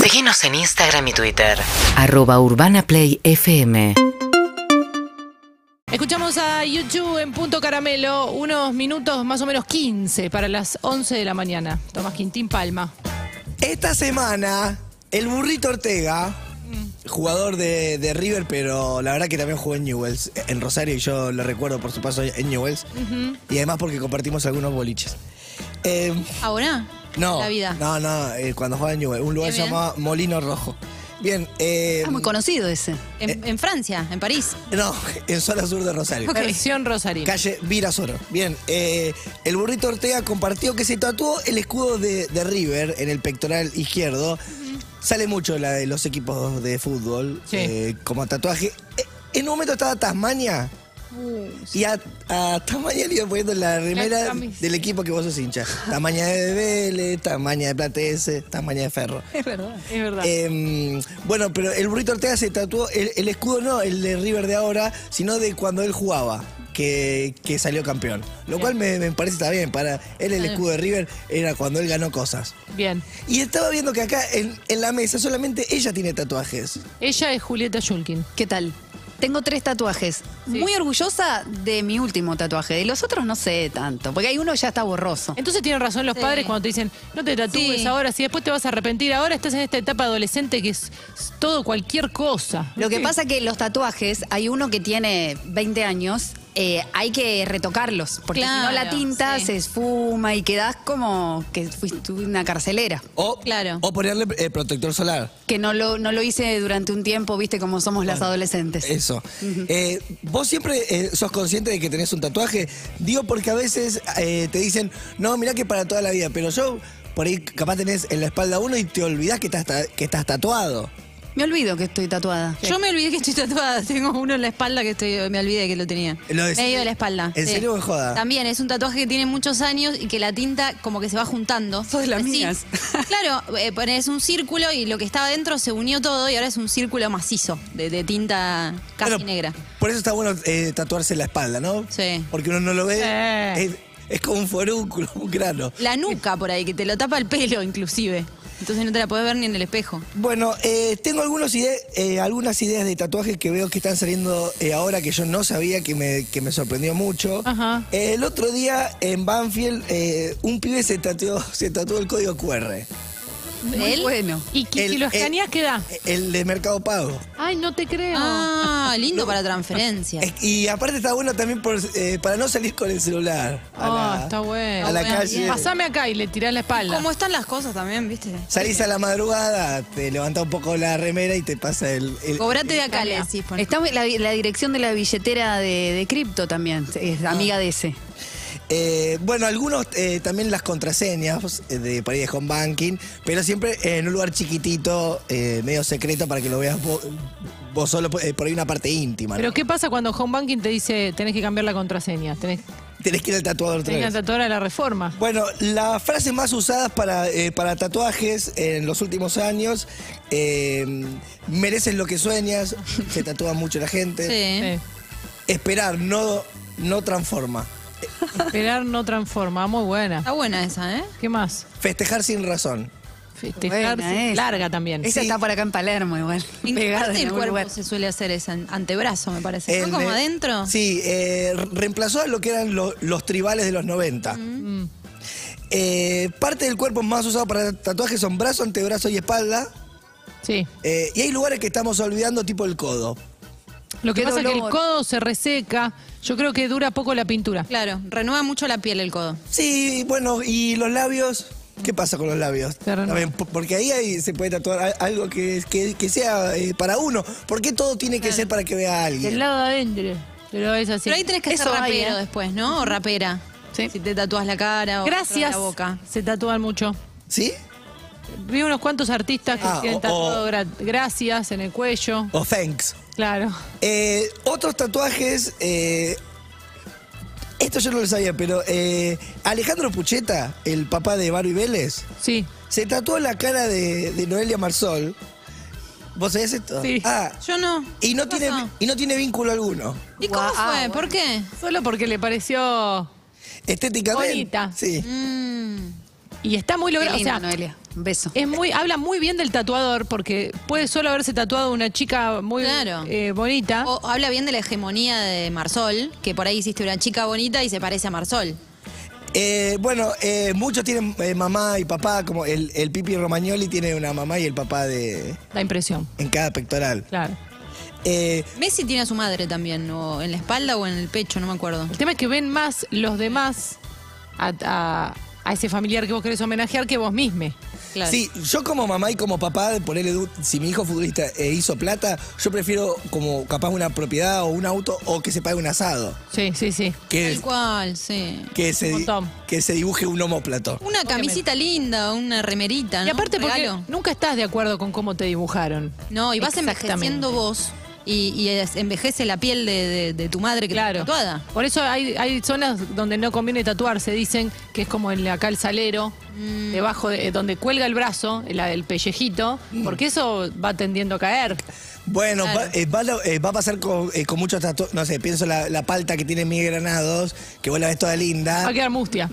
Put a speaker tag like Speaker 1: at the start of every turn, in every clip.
Speaker 1: Seguinos en Instagram y Twitter.
Speaker 2: Arroba Urbana Play FM.
Speaker 3: Escuchamos a YouTube en Punto Caramelo, unos minutos más o menos 15 para las 11 de la mañana. Tomás Quintín Palma.
Speaker 4: Esta semana, el burrito Ortega,
Speaker 5: Mm.
Speaker 4: jugador de, de River, pero la verdad que también jugó en Newells, en Rosario, y yo lo recuerdo por su paso en Newells, y además porque compartimos algunos boliches. Eh,
Speaker 6: Ah,
Speaker 5: Ahora,
Speaker 4: no,
Speaker 5: la vida.
Speaker 4: no, no, eh, cuando jugaba en Newells, un lugar
Speaker 5: Bien, bien.
Speaker 4: llamado Molino Rojo. Bien, eh,
Speaker 5: Ah, muy conocido ese. En, en Francia, en París.
Speaker 4: no, en zona sur de Rosario.
Speaker 3: Versión Rosarina.
Speaker 4: Calle Virasoro. Bien, eh, el burrito Ortega compartió que se tatuó el escudo de, de River en el pectoral izquierdo. Sale mucho la de los equipos de fútbol
Speaker 3: Sí.
Speaker 4: eh, como tatuaje. Eh, En un momento estaba Tasmania y a, a Tasmania le iban poniendo la
Speaker 3: La
Speaker 4: remera
Speaker 3: camisa.
Speaker 4: del equipo que vos sos hincha. Tasmania de Vélez, Tasmania de Platense, Tasmania de Ferro.
Speaker 3: Es verdad, es verdad.
Speaker 4: Eh, bueno, pero el burrito Ortega se tatuó el, el escudo no el de River de ahora, sino de cuando él jugaba, que, que salió campeón. Lo cual me, me parece está bien, para él el escudo de River era cuando él ganó cosas.
Speaker 3: Bien.
Speaker 4: Y estaba viendo que acá en, en la mesa solamente ella tiene tatuajes.
Speaker 3: Ella es Julieta Shulkin.
Speaker 5: ¿Qué tal? Tengo tres tatuajes. Muy orgullosa de mi último tatuaje. De los otros no sé tanto, porque hay uno que ya está borroso.
Speaker 3: Entonces tienen razón los
Speaker 5: Sí.
Speaker 3: padres cuando te dicen, no te tatúes
Speaker 5: Sí.
Speaker 3: ahora, si después te vas a arrepentir, ahora estás en esta etapa adolescente que es todo cualquier cosa.
Speaker 5: Lo que pasa que los tatuajes, hay uno que tiene 20 años, eh, hay que retocarlos, porque si no la
Speaker 6: Claro,
Speaker 5: tinta
Speaker 6: sí.
Speaker 5: se esfuma y quedás como que fuiste una carcelera.
Speaker 4: O,
Speaker 6: Claro.
Speaker 4: o ponerle eh, protector solar.
Speaker 5: Que no lo, no lo hice durante un tiempo, viste como somos las adolescentes.
Speaker 4: Eso. Eh, ¿Vos siempre eh, sos consciente de que tenés un tatuaje? Digo porque a veces eh, te dicen, no, mirá que para toda la vida, pero yo por ahí capaz tenés en la espalda uno y te olvidás que estás, ta- que estás tatuado.
Speaker 5: Me olvido que estoy tatuada.
Speaker 6: Yo me olvidé que estoy tatuada. Tengo uno en la espalda que estoy, me olvidé que lo tenía.
Speaker 4: Lo de-
Speaker 6: Medio de la espalda.
Speaker 4: Eh, ¿En serio me joda?
Speaker 6: También es un tatuaje que tiene muchos años y que la tinta como que se va juntando.
Speaker 5: Sos de las
Speaker 6: Así.
Speaker 5: mías.
Speaker 6: Claro, eh, pones un círculo y lo que estaba adentro se unió todo y ahora es un círculo macizo de, de tinta casi
Speaker 4: Bueno,
Speaker 6: negra.
Speaker 4: Por eso está bueno eh, tatuarse en la espalda, ¿no?
Speaker 6: Sí.
Speaker 4: Porque uno no lo ve.
Speaker 3: Eh.
Speaker 4: Es, es como un forúnculo, un grano.
Speaker 6: La nuca por ahí, que te lo tapa el pelo inclusive. Entonces no te la podés ver ni en el espejo.
Speaker 4: Bueno, eh, tengo algunos ide- eh, algunas ideas de tatuajes que veo que están saliendo eh, ahora que yo no sabía, que me, que me sorprendió mucho.
Speaker 3: Ajá.
Speaker 4: Eh, el otro día en Banfield, eh, un pibe se tatuó, se tatuó el código QR,
Speaker 5: Muy
Speaker 6: ¿Él?
Speaker 5: bueno.
Speaker 3: ¿Y que si
Speaker 4: El-
Speaker 3: lo
Speaker 4: el-
Speaker 3: escaneas queda?
Speaker 4: el de Mercado Pago.
Speaker 3: Ay, no te creo.
Speaker 6: Ah, lindo para transferencia.
Speaker 4: Es- y aparte está bueno también por, eh, para no salir con el celular. a
Speaker 3: Ah,
Speaker 4: la-
Speaker 3: está bueno.
Speaker 4: A la
Speaker 6: Está
Speaker 4: calle.
Speaker 3: Pasame acá y le tirás la espalda.
Speaker 6: Como están las cosas también, viste?
Speaker 4: Salís a la madrugada, te levanta un poco la remera y te pasa el... el-
Speaker 6: Cobrate de acá, le decís. poné.
Speaker 5: Está la, la dirección de la billetera de, de cripto también, es
Speaker 6: Ah.
Speaker 5: amiga de ese.
Speaker 4: Eh, bueno, algunos eh, también las contraseñas eh, de para ir de home banking, pero siempre en un lugar chiquitito, eh, medio secreto para que lo veas vos, vos solo, eh, por ahí una parte íntima. ¿no?
Speaker 3: Pero ¿qué pasa cuando Home Banking te dice tenés que cambiar la contraseña? Tenés,
Speaker 4: Tenés que ir al tatuador otra
Speaker 3: tenés la
Speaker 4: vez.
Speaker 3: tatuadora de la reforma.
Speaker 4: Bueno, las frases más usadas para, eh, para tatuajes en los últimos años, eh, mereces lo que sueñas, se tatúa mucho la gente.
Speaker 6: Sí.
Speaker 3: Sí.
Speaker 4: Esperar no, no transforma.
Speaker 3: Esperar no transforma. Muy buena.
Speaker 6: Está buena esa, ¿eh?
Speaker 3: ¿Qué más?
Speaker 4: Festejar sin razón.
Speaker 3: Festejar
Speaker 5: Buena
Speaker 3: sin-
Speaker 5: esa.
Speaker 3: larga también.
Speaker 5: Esa
Speaker 4: Sí.
Speaker 5: está por acá en Palermo igual.
Speaker 6: ¿En qué
Speaker 5: pegada
Speaker 6: parte
Speaker 5: en
Speaker 6: del
Speaker 5: algún
Speaker 6: cuerpo
Speaker 5: lugar.
Speaker 6: se suele hacer esa? En- Antebrazo, me parece.
Speaker 4: El
Speaker 6: ¿No? Como
Speaker 4: de-
Speaker 6: adentro.
Speaker 4: Sí, eh, reemplazó a lo que eran lo- los tribales de los 90.
Speaker 6: Mm.
Speaker 4: Eh, parte del cuerpo más usado para tatuajes son brazo, antebrazo y espalda.
Speaker 3: Sí.
Speaker 4: Eh, y hay lugares que estamos olvidando, tipo el codo.
Speaker 3: Lo que
Speaker 5: Qué
Speaker 3: pasa es que el
Speaker 5: dolor.
Speaker 3: codo se reseca. Yo creo que dura poco la pintura.
Speaker 6: Claro, renueva mucho la piel el codo.
Speaker 4: Sí, bueno, y los labios. ¿Qué pasa con los labios?
Speaker 3: Se renueva.
Speaker 4: También, po- porque ahí, hay- se puede tatuar a- algo que, que- que sea eh, para uno. ¿Por qué todo tiene que ser para que vea a
Speaker 3: Del
Speaker 4: alguien?
Speaker 3: lado de adentro. Pero es así.
Speaker 6: Pero ahí tenés que
Speaker 5: Eso
Speaker 6: ser
Speaker 5: hay,
Speaker 6: rapero
Speaker 5: ¿eh?
Speaker 6: después, ¿no? O rapera.
Speaker 5: Sí.
Speaker 6: Si te tatúas la cara o
Speaker 3: Gracias.
Speaker 6: la boca.
Speaker 3: Se tatúan mucho.
Speaker 4: ¿Sí?
Speaker 3: Vi unos cuantos artistas que
Speaker 4: Ah,
Speaker 3: tienen
Speaker 4: o-
Speaker 3: tatuado
Speaker 4: o-
Speaker 3: gra- gracias en el cuello.
Speaker 4: O thanks.
Speaker 3: Claro.
Speaker 4: Eh, otros tatuajes. eh, esto yo no lo sabía, pero eh, Alejandro Pucheta, el papá de Barbie Vélez,
Speaker 3: Sí.
Speaker 4: se tatuó la cara de, de Noelia Marsol. ¿Vos sabés esto?
Speaker 3: Sí.
Speaker 4: Ah,
Speaker 6: Yo no.
Speaker 4: y no,
Speaker 6: ¿Qué
Speaker 4: tiene,
Speaker 6: pasó?
Speaker 4: y no tiene vínculo alguno.
Speaker 6: ¿Y cómo
Speaker 5: Guau,
Speaker 6: fue?
Speaker 5: bueno.
Speaker 6: ¿Por qué?
Speaker 3: Solo porque le pareció
Speaker 4: Estéticamente.
Speaker 3: Bonita.
Speaker 4: Sí.
Speaker 6: Mm,
Speaker 3: Y está muy
Speaker 5: Qué
Speaker 3: logrado. O
Speaker 5: linda,
Speaker 3: sea,
Speaker 5: Noelia. Un beso.
Speaker 3: es muy, habla muy bien del tatuador porque puede solo haberse tatuado una chica muy
Speaker 6: Claro.
Speaker 3: eh, bonita.
Speaker 6: O habla bien de la hegemonía de Marsol, que por ahí hiciste una chica bonita y se parece a Marsol.
Speaker 4: Eh, bueno, eh, muchos tienen eh, mamá y papá, como el, el Pipi Romagnoli tiene una mamá y el papá de
Speaker 3: Da impresión.
Speaker 4: en cada pectoral.
Speaker 3: Claro.
Speaker 4: Eh,
Speaker 6: Messi tiene a su madre también, o en la espalda o en el pecho, no me acuerdo.
Speaker 3: El tema es que ven más los demás a, a- a ese familiar que vos querés homenajear que vos mismo.
Speaker 6: Claro.
Speaker 4: Sí, yo como mamá y como papá, ponerle, si mi hijo futbolista eh, hizo plata, yo prefiero como capaz una propiedad o un auto o que se pague un asado.
Speaker 3: Sí, sí, sí.
Speaker 4: Que,
Speaker 6: Tal cual, sí.
Speaker 4: que, se,
Speaker 3: Un
Speaker 4: di-
Speaker 3: montón.
Speaker 4: que se dibuje un homóplato.
Speaker 6: Una camisita linda, una remerita, ¿no?
Speaker 3: Y aparte
Speaker 6: Un
Speaker 3: porque
Speaker 6: Ah, regalo.
Speaker 3: nunca estás de acuerdo con cómo te dibujaron.
Speaker 6: No, y vas
Speaker 3: Exactamente.
Speaker 6: envejeciendo vos y, y es- envejece la piel de, de- de tu madre que está
Speaker 3: Claro.
Speaker 6: tatuada.
Speaker 3: Por eso hay, hay zonas donde no conviene tatuarse, dicen que es como en la calzalero,
Speaker 6: Mm.
Speaker 3: debajo de donde cuelga el brazo, el, el pellejito,
Speaker 6: Mm.
Speaker 3: porque eso va tendiendo a caer.
Speaker 4: Bueno,
Speaker 6: Claro.
Speaker 4: va, eh, va lo- eh, va a pasar con, eh, con muchos tatu- No sé, pienso la, la palta que tiene Miguel Granados, que vos la ves toda linda.
Speaker 6: Ah,
Speaker 3: Va a quedar mustia.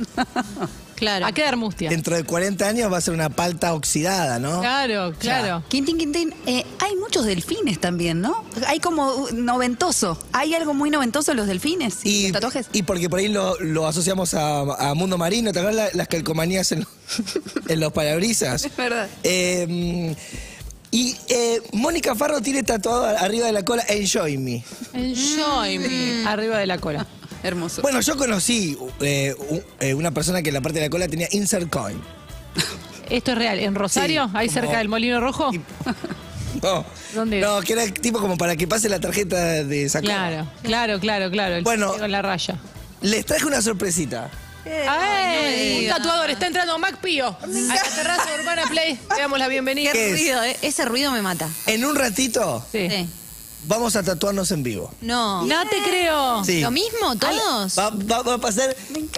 Speaker 6: Claro.
Speaker 3: Va a quedar mustia.
Speaker 4: Dentro de 40 años va a ser una palta oxidada, ¿no?
Speaker 6: Ah,
Speaker 3: Claro, claro.
Speaker 5: Quintín, Quintín, eh, hay muchos delfines también, ¿no? Hay como uh, noventoso. ¿Hay algo muy noventoso en los delfines?
Speaker 4: Y,
Speaker 5: los tatuajes?
Speaker 4: y porque por ahí lo, lo asociamos a, a mundo marino, ¿te acuerdas la- las calcomanías en, en los parabrisas?
Speaker 5: Es verdad.
Speaker 4: Eh, y eh, Mónica Farro tiene tatuado a- arriba de la cola Enjoy Me.
Speaker 3: Enjoy me. Mm. Arriba de la cola.
Speaker 5: Hermoso.
Speaker 4: Bueno, yo conocí eh, u- eh, una persona que en la parte de la cola tenía insert coin.
Speaker 3: Esto es real. ¿En Rosario?
Speaker 4: Sí,
Speaker 3: ¿Ahí
Speaker 4: como-
Speaker 3: cerca del Molino Rojo?
Speaker 4: Y- No,
Speaker 3: Oh. ¿Dónde?
Speaker 4: no, que era tipo como para que pase la tarjeta de sacar.
Speaker 3: Claro, claro, claro, claro. El
Speaker 4: Bueno.
Speaker 3: con la raya.
Speaker 4: Les traje una sorpresita.
Speaker 6: Eh,
Speaker 3: ¡Ay! un tatuador. Está entrando Mac Pío a la terraza de Urbana Play. Le damos la bienvenida.
Speaker 4: ¿Qué
Speaker 6: Qué
Speaker 4: es?
Speaker 6: ruido, eh. Ese ruido me mata.
Speaker 4: En un ratito
Speaker 3: Sí.
Speaker 6: Sí.
Speaker 4: vamos a tatuarnos en vivo.
Speaker 6: No.
Speaker 3: No te creo.
Speaker 4: Sí.
Speaker 6: ¿Lo mismo todos?
Speaker 4: Va, va- va a pasar.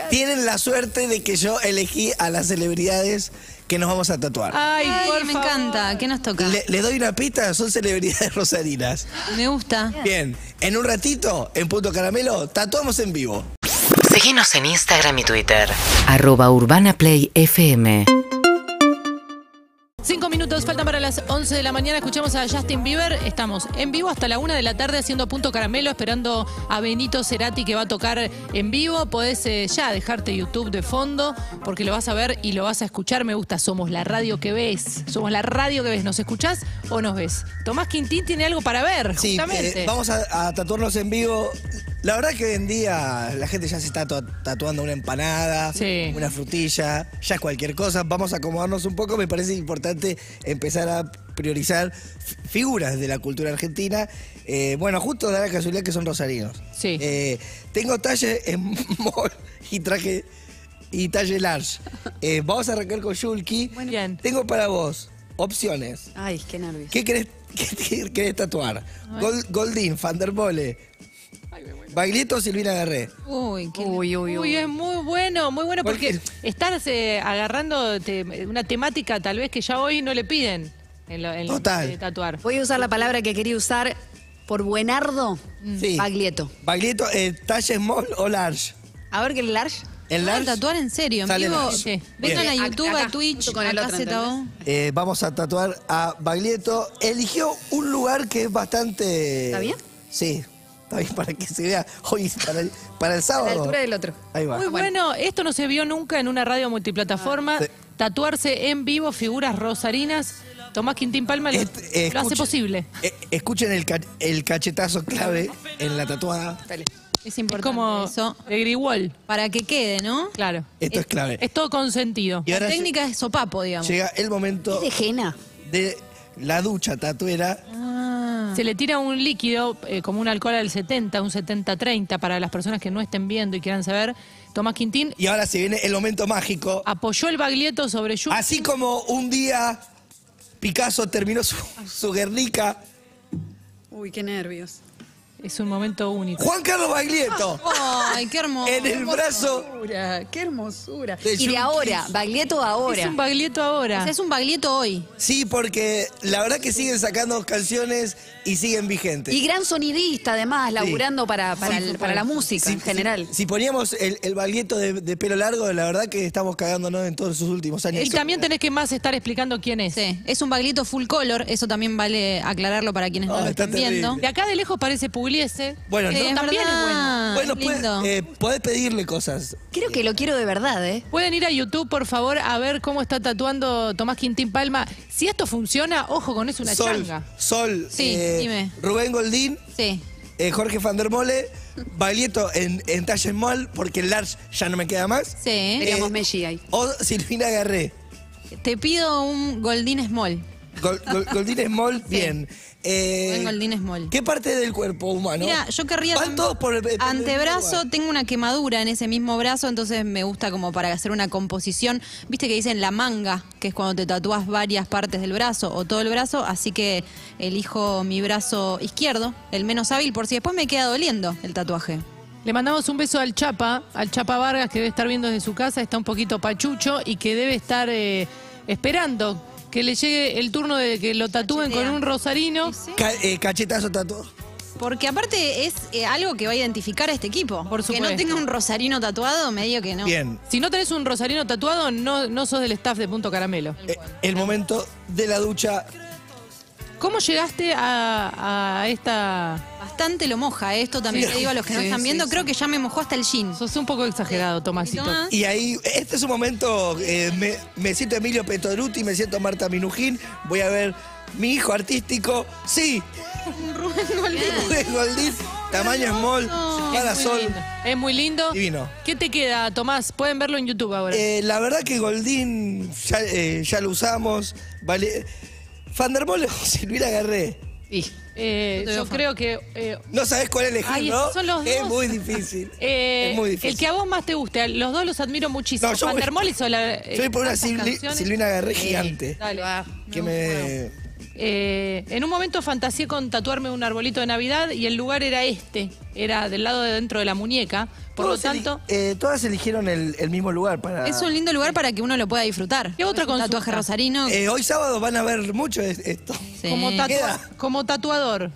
Speaker 4: Tienen la suerte de que yo elegí a las celebridades que nos vamos a tatuar.
Speaker 3: Ay,
Speaker 6: Ay,
Speaker 3: por
Speaker 6: me
Speaker 3: favor.
Speaker 6: encanta. ¿Qué nos toca?
Speaker 4: Le, les doy una pista, son celebridades rosarinas.
Speaker 6: Me gusta.
Speaker 4: Bien, en un ratito, en Punto Caramelo, tatuamos en vivo.
Speaker 1: Seguinos en Instagram y Twitter.
Speaker 2: arroba urbanaplayfm.
Speaker 3: Cinco minutos faltan para las 11 de la mañana. Escuchamos a Justin Bieber. Estamos en vivo hasta la una de la tarde haciendo punto caramelo, esperando a Benito Cerati que va a tocar en vivo. Podés eh, ya dejarte YouTube de fondo porque lo vas a ver y lo vas a escuchar. Me gusta. Somos la radio que ves. Somos la radio que ves. ¿Nos escuchás o nos ves? Tomás Quintín tiene algo para ver,
Speaker 4: Sí,
Speaker 3: justamente.
Speaker 4: eh, vamos a, a tatuarnos en vivo. La verdad que hoy en día la gente ya se está tatua- tatuando una empanada,
Speaker 3: Sí.
Speaker 4: una frutilla, ya es cualquier cosa. Vamos a acomodarnos un poco. Me parece importante empezar a priorizar fi- figuras de la cultura argentina. Eh, bueno, justo da la casualidad que son rosarinos.
Speaker 3: Sí.
Speaker 4: Eh, tengo talle en mol y traje y talle large. Eh, vamos a arrancar con Yulki.
Speaker 3: Bueno. Bien.
Speaker 4: Tengo para vos opciones.
Speaker 5: Ay, qué nervios.
Speaker 4: ¿Qué querés, qué te- querés tatuar? Gol- Goldín, Fanderbole. Baglietto o Silvina Garré.
Speaker 6: Uy, qué
Speaker 5: Uy, uy,
Speaker 3: Uy,
Speaker 5: uy. eh.
Speaker 3: es muy bueno, muy bueno porque
Speaker 4: Porque-
Speaker 3: estás eh, agarrando te- una temática tal vez que ya hoy no le piden en lo, en lo
Speaker 4: Total.
Speaker 3: de tatuar.
Speaker 5: Voy a usar la palabra que quería usar por buenardo.
Speaker 4: Sí.
Speaker 5: Baglietto.
Speaker 4: Baglietto, eh, talle small o large.
Speaker 5: A ver, que el large.
Speaker 4: El
Speaker 6: Van a
Speaker 4: large.
Speaker 6: tatuar en serio, en
Speaker 4: Sale
Speaker 6: vivo.
Speaker 4: large.
Speaker 3: Sí.
Speaker 6: Vengan
Speaker 4: Bien.
Speaker 6: a YouTube,
Speaker 5: Acá,
Speaker 6: a Twitch,
Speaker 5: junto con el
Speaker 6: acá
Speaker 5: otro,
Speaker 6: se
Speaker 5: ¿entendés?
Speaker 6: tabó.
Speaker 4: Eh, vamos a tatuar a Baglietto. Eligió un lugar que es bastante.
Speaker 5: ¿Está bien?
Speaker 4: Sí. Está bien para que se vea hoy, para el, para el
Speaker 5: A la
Speaker 4: sábado.
Speaker 5: altura del otro.
Speaker 4: Ahí va.
Speaker 3: Muy bueno, esto no se vio nunca en una radio multiplataforma.
Speaker 4: Ah, sí.
Speaker 3: Tatuarse en vivo figuras rosarinas. Tomás Quintín Palma lo,
Speaker 4: Este, eh,
Speaker 3: lo hace
Speaker 4: escuchen-
Speaker 3: posible.
Speaker 4: eh, escuchen el, ca- el cachetazo clave en la tatuada.
Speaker 6: Es
Speaker 3: Es
Speaker 6: importante
Speaker 3: como
Speaker 6: eso.
Speaker 3: de Griwall,
Speaker 6: Para que quede, ¿no?
Speaker 3: claro.
Speaker 4: Esto es
Speaker 5: Este
Speaker 4: clave.
Speaker 3: Es todo consentido.
Speaker 4: Y ahora
Speaker 6: La técnica es sopapo, digamos.
Speaker 4: llega el momento
Speaker 5: De Jena.
Speaker 4: de la ducha tatuera.
Speaker 3: Se le tira un líquido eh, como un alcohol al 70, un 70-30 para las personas que no estén viendo y quieran saber. Tomás Quintín
Speaker 4: Y ahora se viene el momento mágico.
Speaker 3: apoyó el baglietto sobre Yu.
Speaker 4: Así como un día Picasso terminó su, su Guernica,
Speaker 5: Uy, qué nervios.
Speaker 3: Es un momento único.
Speaker 4: Juan Carlos Baglietto.
Speaker 6: Ay, qué hermoso.
Speaker 4: en el brazo.
Speaker 5: ¡Qué hermosura!
Speaker 4: De
Speaker 5: y de
Speaker 4: Junkies.
Speaker 5: ahora, Baglietto
Speaker 3: Es
Speaker 5: ahora.
Speaker 3: un baglietto ahora.
Speaker 6: O sea, es un baglietto hoy.
Speaker 4: Sí, porque la verdad que siguen sacando canciones y siguen vigentes.
Speaker 5: Y gran sonidista, además, laburando para, para,
Speaker 4: Sí,
Speaker 5: el-
Speaker 4: por
Speaker 5: para la música
Speaker 4: Si-
Speaker 5: en general.
Speaker 4: Si, si poníamos el, el Baglietto de, de pelo largo, la verdad que estamos cagándonos en todos sus últimos años.
Speaker 3: y también tenés que más estar explicando quién es.
Speaker 6: Sí, es un baglietto full color, eso también vale aclararlo para quienes
Speaker 4: Ah,
Speaker 6: no lo
Speaker 4: está
Speaker 6: están viendo. Eh,
Speaker 3: De acá de lejos parece Pugliese.
Speaker 4: Bueno,
Speaker 3: que
Speaker 4: no-
Speaker 3: también es bueno.
Speaker 4: bueno,
Speaker 6: es
Speaker 4: puede-
Speaker 6: ah, lindo.
Speaker 4: eh, podés pedirle cosas.
Speaker 5: Creo que lo quiero de verdad, ¿eh?
Speaker 3: Pueden ir a YouTube, por favor, a ver cómo está tatuando Tomás Quintín Palma. Si esto funciona, ojo con eso, una
Speaker 4: Sol,
Speaker 3: changa.
Speaker 4: Sol, eh,
Speaker 6: Sí, dime.
Speaker 4: Rubén Goldín,
Speaker 6: Sí.
Speaker 4: eh, Jorge Van der Mole, Baglietto en, en talle small, porque el large ya no me queda más. Eh,
Speaker 6: Sí.
Speaker 5: Teníamos Messi ahí.
Speaker 4: O Silvina Garré.
Speaker 6: Te pido un Goldín Small.
Speaker 4: Gol- gol- Goldín Small, bien. Eh,
Speaker 6: Buen Goldín Small.
Speaker 4: ¿Qué parte del cuerpo humano?
Speaker 6: Mira, yo querría.
Speaker 4: Van
Speaker 6: tam-
Speaker 4: todos por el- por el mismo
Speaker 6: Antebrazo,
Speaker 4: lugar.
Speaker 6: tengo una quemadura en ese mismo brazo, entonces me gusta como para hacer una composición. Viste que dicen la manga, que es cuando te tatúas varias partes del brazo o todo el brazo, así que elijo mi brazo izquierdo, el menos hábil, por si después me queda doliendo el tatuaje.
Speaker 3: Le mandamos un beso al Chapa, al Chapa Vargas, que debe estar viendo desde su casa, está un poquito pachucho y que debe estar eh, esperando que le llegue el turno de que lo tatúen
Speaker 6: Cachetea.
Speaker 3: con un rosarino.
Speaker 4: Ca- eh, cachetazo tatuado.
Speaker 6: Porque aparte es eh, algo que va a identificar a este equipo.
Speaker 3: Por
Speaker 6: Que no
Speaker 3: supuesto.
Speaker 6: tenga un rosarino tatuado, medio que no.
Speaker 4: Bien.
Speaker 3: Si no tenés un rosarino tatuado, no, no sos del staff de Punto Caramelo.
Speaker 4: Eh, el momento de la ducha.
Speaker 3: ¿Cómo llegaste a, a esta...?
Speaker 6: Bastante lo moja, eh, esto también
Speaker 3: Sí.
Speaker 6: le digo a los que no
Speaker 3: Sí,
Speaker 6: están
Speaker 3: sí,
Speaker 6: viendo,
Speaker 3: sí.
Speaker 6: creo que ya me mojó hasta el jean.
Speaker 3: Sos un poco exagerado, Tomasito.
Speaker 6: Tomás.
Speaker 4: Y ahí, este es un momento, eh, me, me siento Emilio Petoruti, me siento Marta Minujín, voy a ver mi hijo artístico, sí, Rubén Goldín, tamaño small, para
Speaker 3: Es muy
Speaker 4: sol.
Speaker 3: lindo, Es muy lindo.
Speaker 4: Divino.
Speaker 3: ¿Qué te queda, Tomás? Pueden verlo en YouTube ahora.
Speaker 4: Eh, la verdad que Goldín ya, eh, ya lo usamos, vale. Fandermol o Silvina Garré,
Speaker 3: Sí. Eh, yo creo que... eh,
Speaker 4: no sabés cuál elegir,
Speaker 3: Ay,
Speaker 4: ¿no?
Speaker 3: son los
Speaker 4: es
Speaker 3: dos.
Speaker 4: muy difícil.
Speaker 3: eh,
Speaker 4: es muy difícil.
Speaker 3: El que a vos más te guste, a los dos los admiro muchísimo.
Speaker 4: No, yo voy-
Speaker 3: Pandermol hizo la. eh,
Speaker 4: Yo voy por una
Speaker 3: tantas
Speaker 4: Silvi-
Speaker 3: canciones. Eh,
Speaker 4: Silvina Garré gigante.
Speaker 3: Dale.
Speaker 4: que me.
Speaker 3: Eh, en un momento fantaseé con tatuarme un arbolito de Navidad y el lugar era este. Era del lado de dentro de la muñeca. Por lo
Speaker 4: Todas eli-
Speaker 3: tanto.
Speaker 4: eh, todas eligieron el, el mismo lugar para.
Speaker 6: Es un lindo lugar para que uno lo pueda disfrutar.
Speaker 3: Ah. ¿Qué otra
Speaker 6: Es un tatuaje
Speaker 3: consulta?
Speaker 6: rosarino.
Speaker 4: Eh, hoy sábado van a ver mucho es- esto.
Speaker 6: Sí.
Speaker 3: Como, tatua-
Speaker 4: Queda.
Speaker 3: como tatuador,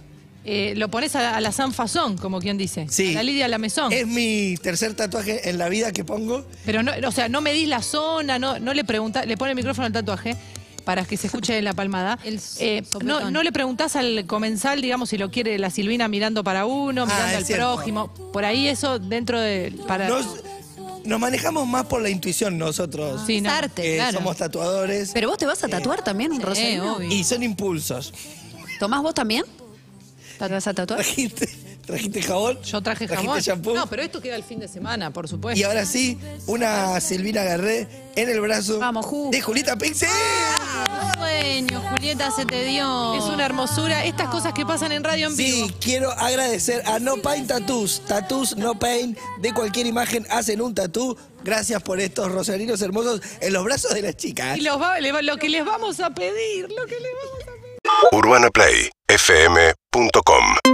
Speaker 3: eh, lo pones a, a la sanfazón, como quien dice.
Speaker 4: Sí.
Speaker 3: A la Lidia Lamezón.
Speaker 4: Es mi tercer tatuaje en la vida que pongo.
Speaker 3: Pero no, o sea, no medís la zona, no, no le preguntás, le pone el micrófono al tatuaje para que se escuche la palmada.
Speaker 6: El so-
Speaker 3: Eh, no,
Speaker 6: sopetón.
Speaker 3: no le preguntás al comensal, digamos, si lo quiere la Silvina mirando para uno,
Speaker 4: Ah,
Speaker 3: mirando
Speaker 4: es
Speaker 3: al
Speaker 4: cierto.
Speaker 3: prójimo. Por ahí eso dentro de. Para,
Speaker 4: Nos, nos manejamos más por la intuición nosotros.
Speaker 3: Sí,
Speaker 6: Es
Speaker 3: no.
Speaker 6: arte,
Speaker 4: Eh,
Speaker 6: claro.
Speaker 4: Somos tatuadores
Speaker 5: Pero vos te vas a tatuar también, un rosarino.
Speaker 6: obvio.
Speaker 4: y son impulsos.
Speaker 5: ¿Tomás vos también? ¿Te vas a tatuar?
Speaker 4: Trajiste, trajiste jabón.
Speaker 3: yo traje
Speaker 4: trajiste
Speaker 3: jamón.
Speaker 4: shampoo.
Speaker 3: No, pero esto queda el fin de semana, por supuesto.
Speaker 4: Y ahora sí, una Silvina Garré en el brazo
Speaker 5: Vamos, Ju.
Speaker 4: de Julita Pixel.
Speaker 6: Sueño, Julieta, se te dio.
Speaker 3: Es una hermosura. Estas cosas que pasan en radio en vivo.
Speaker 4: Sí, quiero agradecer a No Pain Tattoos. Tattoos No Pain, de cualquier imagen hacen un tatú. Gracias por estos rosarinos hermosos en los brazos de las chicas.
Speaker 3: Y los va- le va- lo que les vamos a pedir, lo que les vamos a pedir.
Speaker 7: UrbanaPlayFM.com